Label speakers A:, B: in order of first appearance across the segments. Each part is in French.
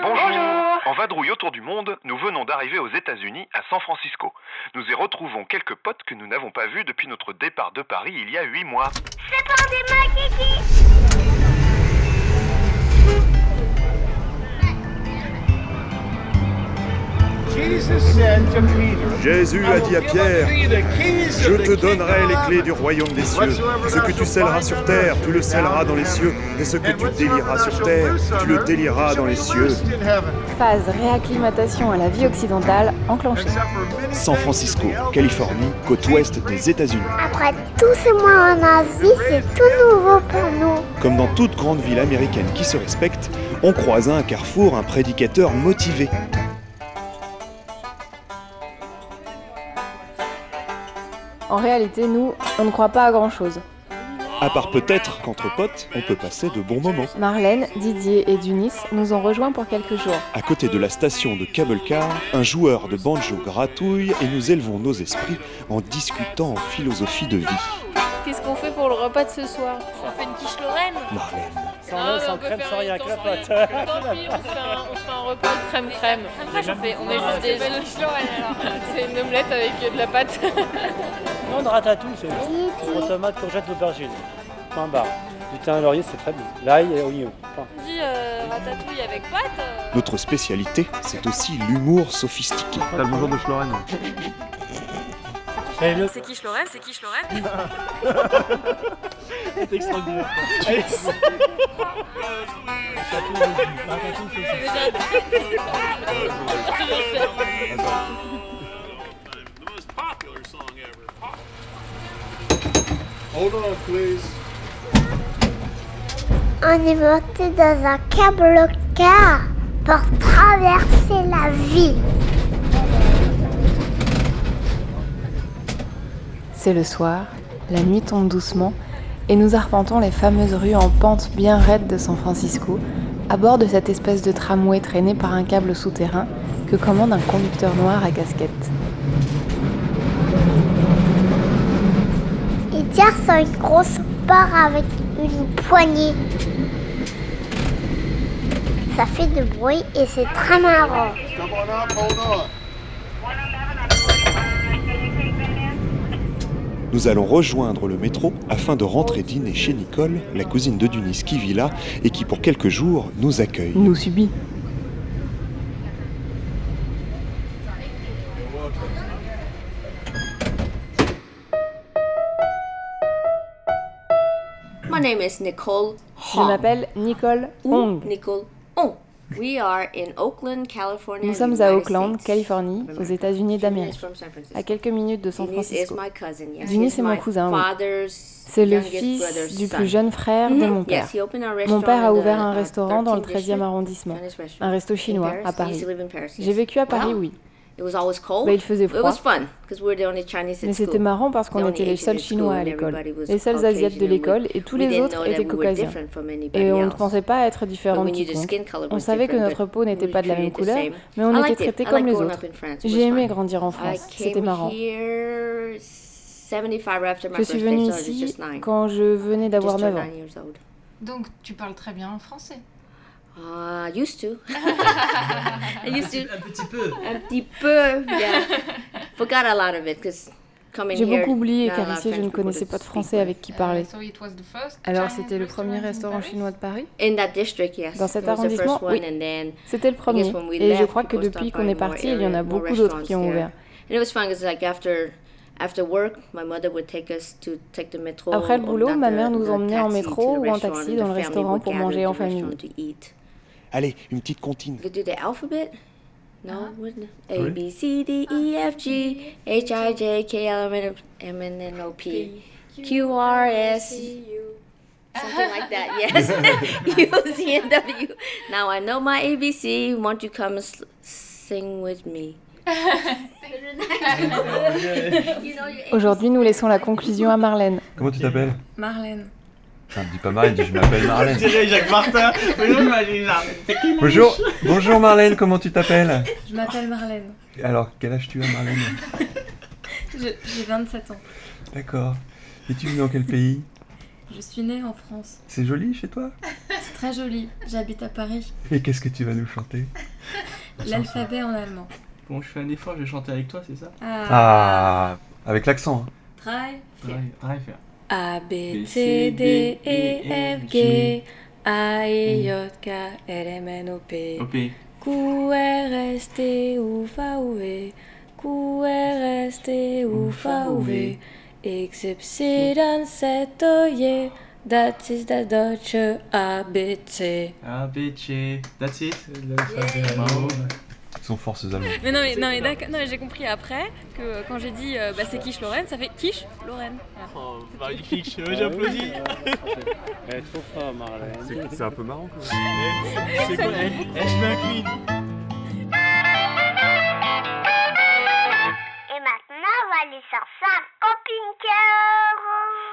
A: Bonjour.
B: Bonjour.
A: En vadrouille autour du monde, nous venons d'arriver aux États-Unis, à San Francisco. Nous y retrouvons quelques potes que nous n'avons pas vus depuis notre départ de Paris il y a huit mois.
B: C'est pas des maquis
C: Jésus a dit à Pierre, je te donnerai les clés du royaume des cieux. Ce que tu scelleras sur terre, tu le scelleras dans les cieux. Et ce que tu délieras sur terre, tu le délieras dans les cieux.
D: Phase réacclimatation à la vie occidentale enclenchée.
E: San Francisco, Californie, côte ouest des États-Unis.
B: Après tous ces mois en Asie, c'est tout nouveau pour nous.
E: Comme dans toute grande ville américaine qui se respecte, on croise à un carrefour un prédicateur motivé.
D: En réalité, nous, on ne croit pas à grand chose.
E: À part peut-être qu'entre potes, on peut passer de bons moments.
D: Marlène, Didier et Dunis nous ont rejoints pour quelques jours.
E: À côté de la station de cable car, un joueur de banjo gratouille et nous élevons nos esprits en discutant en philosophie de vie.
F: Qu'est-ce qu'on fait pour le repas de ce soir On fait une quiche lorraine Ah,
E: Marlène,
F: Sans, sans crème, sans rien, avec la pâte. Tant pis, on se fait un, on se fait un repas de crème crème. Après, on, fait, on est juste des quiche lorraine C'est une omelette avec de la pâte.
G: Non, de ratatouille, c'est trois tomates, courgettes, aubergines. Point barre. Du thym à laurier, c'est très bon. L'ail et oignon. Point.
F: On dit euh, ratatouille avec pâte.
E: notre spécialité, c'est aussi l'humour sophistiqué.
G: Allez, le-
F: C'est quiche lorraine, c'est quiche lorraine.
G: C'est extraordinaire.
F: euh.
B: On est monté dans un câble-car pour traverser la vie.
D: C'est le soir, la nuit tombe doucement et nous arpentons les fameuses rues en pente bien raide de San Francisco à bord de cette espèce de tramway traîné par un câble souterrain que commande un conducteur noir à casquette.
B: Et tire sur une grosse barre avec une poignée. Ça fait du bruit et c'est très marrant.
E: Nous allons rejoindre le métro afin de rentrer dîner chez Nicole, la cousine de Dunis qui vit là et qui pour quelques jours nous accueille.
D: Nous subit.
H: My name is Nicole
D: Je
H: Hong.
D: m'appelle Nicole
H: Ou
D: Hong.
H: Nicole Hong. We are in Oakland, California.
D: Nous
H: in
D: sommes
H: the
D: à
H: United
D: Oakland,
H: States.
D: Californie, aux États-Unis
H: Dunis is
D: d'Amérique,
H: from San Francisco.
D: à quelques minutes de San
H: Dunis is
D: Francisco.
H: my cousin. Yes.
D: Dunis
H: He's
D: est mon
H: my
D: cousin, oui.
H: father's
D: C'est le
H: youngest brother's
D: fils du
H: son.
D: plus jeune frère de
H: Mhm.
D: mon père.
H: Yes, he opened a
D: Mon
H: restaurant
D: père a
H: in the,
D: ouvert un
H: uh,
D: restaurant dans le
H: 13e
D: 13e arrondissement,
H: Chinese restaurant.
D: un resto
H: In
D: chinois
H: Paris.
D: à
H: He used
D: Paris.
H: to live in Paris, yes.
D: J'ai vécu à Paris,
H: Well,
D: oui,
H: It was always cold.
D: Mais il faisait
H: It
D: froid.
H: was fun because we were the only Chinese at
D: mais
H: school.
D: c'était marrant parce
H: The
D: qu'on
H: only
D: était les
H: Asians
D: seuls
H: at
D: Chinois à
H: school and
D: l'école,
H: everybody was
D: les seuls
H: Caucasian
D: Asiates de
H: and we-
D: l'école et tous
H: we
D: les
H: didn't
D: autres
H: know
D: étaient
H: that we were
D: caucasiens.
H: different from anybody
D: Et on ne
H: else.
D: pensait pas être différents
H: But
D: de
H: we knew the skin
D: quiconque.
H: color
D: On
H: was
D: savait que
H: different,
D: notre
H: but
D: peau n'était
H: we
D: pas de la même
H: treated the
D: couleur,
H: same.
D: mais on
H: I
D: était
H: liked it.
D: traités
H: I
D: comme
H: liked
D: les
H: growing
D: autres.
H: up in France. It was
D: J'ai aimé
H: fun.
D: grandir en
H: I
D: France, c'était
H: came
D: marrant.
H: here 75 after my
D: Je suis
H: birthday,
D: venue
H: so I was
D: ici
H: just nine.
D: quand je venais
H: Just
D: d'avoir 9
H: turned
D: ans.
H: nine years old.
I: Donc tu parles très bien français.
H: Ah, used to. I used to.
G: Un petit peu.
H: Un petit peu. Yeah. Forgot a lot of it because coming
D: J'ai
H: here.
D: beaucoup oublié
H: not a lot
D: car
H: of
D: ici je
H: French
D: ne
H: people
D: connaissais
H: to
D: pas de
H: speak
D: français
H: with.
D: avec qui parler.
I: Euh, so it was the first
D: Alors
I: Chinese
D: c'était le premier
I: restaurant in
D: restaurant
I: Paris.
D: chinois de Paris
H: In that district, yes.
D: Dans cet
H: It was the
D: arrondissement,
H: first one,
D: oui.
H: and then-
D: C'était le premier.
H: when we
D: Et je
H: left,
D: crois que
H: people
D: depuis
H: start
D: qu'on est
H: buying more
D: parti, il y en a
H: area- more
D: beaucoup d'autres qui ont
H: restaurants
D: ouvert.
H: there. And it was fun because like after after work, my mother would take us to take the metro.
D: Après le
H: or
D: boulot,
H: not
D: ma
H: the-
D: mère nous
H: not the
D: emmenait en
H: taxi to the
D: métro ou en
H: restaurant,
D: taxi
H: and
D: dans
H: the
D: le
H: family
D: restaurant
H: would
D: pour
H: gather
D: manger
H: at
D: en
H: the restaurant
D: famille.
H: to eat.
E: Allez, une petite comptine.
H: You could do the alphabet. No, wouldn't it? A B C D E F G H I J K L M N M N N O P Q R S E, something like that. Yes, U Z N W. Now I know my ABC. Won't you come and s- sing with me? you know your
D: Aujourd'hui, nous laissons la conclusion à Marlène.
J: Comment tu t'appelles
I: Marlène.
J: Je me dis pas Marlène, je m'appelle Marlène.
G: Thierry Jacques Martin. Mais non, mais genre,
J: Bonjour, bonjour Marlène, comment tu t'appelles
I: Je m'appelle Marlène.
J: Alors, quel âge tu as Marlène
I: Je- J'ai 27 ans.
J: D'accord. Et tu vis dans quel pays
I: Je suis née en France.
J: C'est joli chez toi
I: C'est
K: Très jolie. J'habite à Paris.
E: Et qu'est-ce que tu vas nous chanter
K: L'alphabet en allemand.
C: Bon, je fais un effort, je vais chanter avec toi, c'est ça
E: Ah, avec l'accent. hein.
K: Très.
C: Pareil, pareil faire.
H: Ah, A, B, C, D, E, F, G, A, I, J, K, L, M, N, O, P,
C: OP.
H: Q, R, S, T, U, V, W, Q, R, S, T, U, V, W, X, Y, Z, O, Y, that is the Deutsche A, B, C.
C: A, B, C, that's it.
E: Bravo. Ils sont forts ces Allemands.
F: Mais non, mais, non, mais d'accord, non, mais j'ai compris après que euh, quand j'ai dit euh, bah, c'est quiche Lorraine, ça fait quiche Lorraine. Voilà.
C: Marie Kitsch, j'applaudis.
L: Elle est trop fort, Marlène.
E: C'est un peu marrant quand
C: C'est quoi Eh, eh, je m'incline.
B: Et maintenant, on va aller sur un camping-car.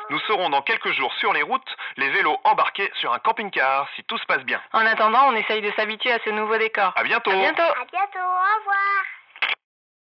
A: Nous serons dans quelques jours sur les routes, les vélos embarqués sur un camping-car si tout se passe bien.
M: En attendant, on essaye de s'habituer à ce nouveau décor.
A: À bientôt.
M: À bientôt.
B: À bientôt, au revoir.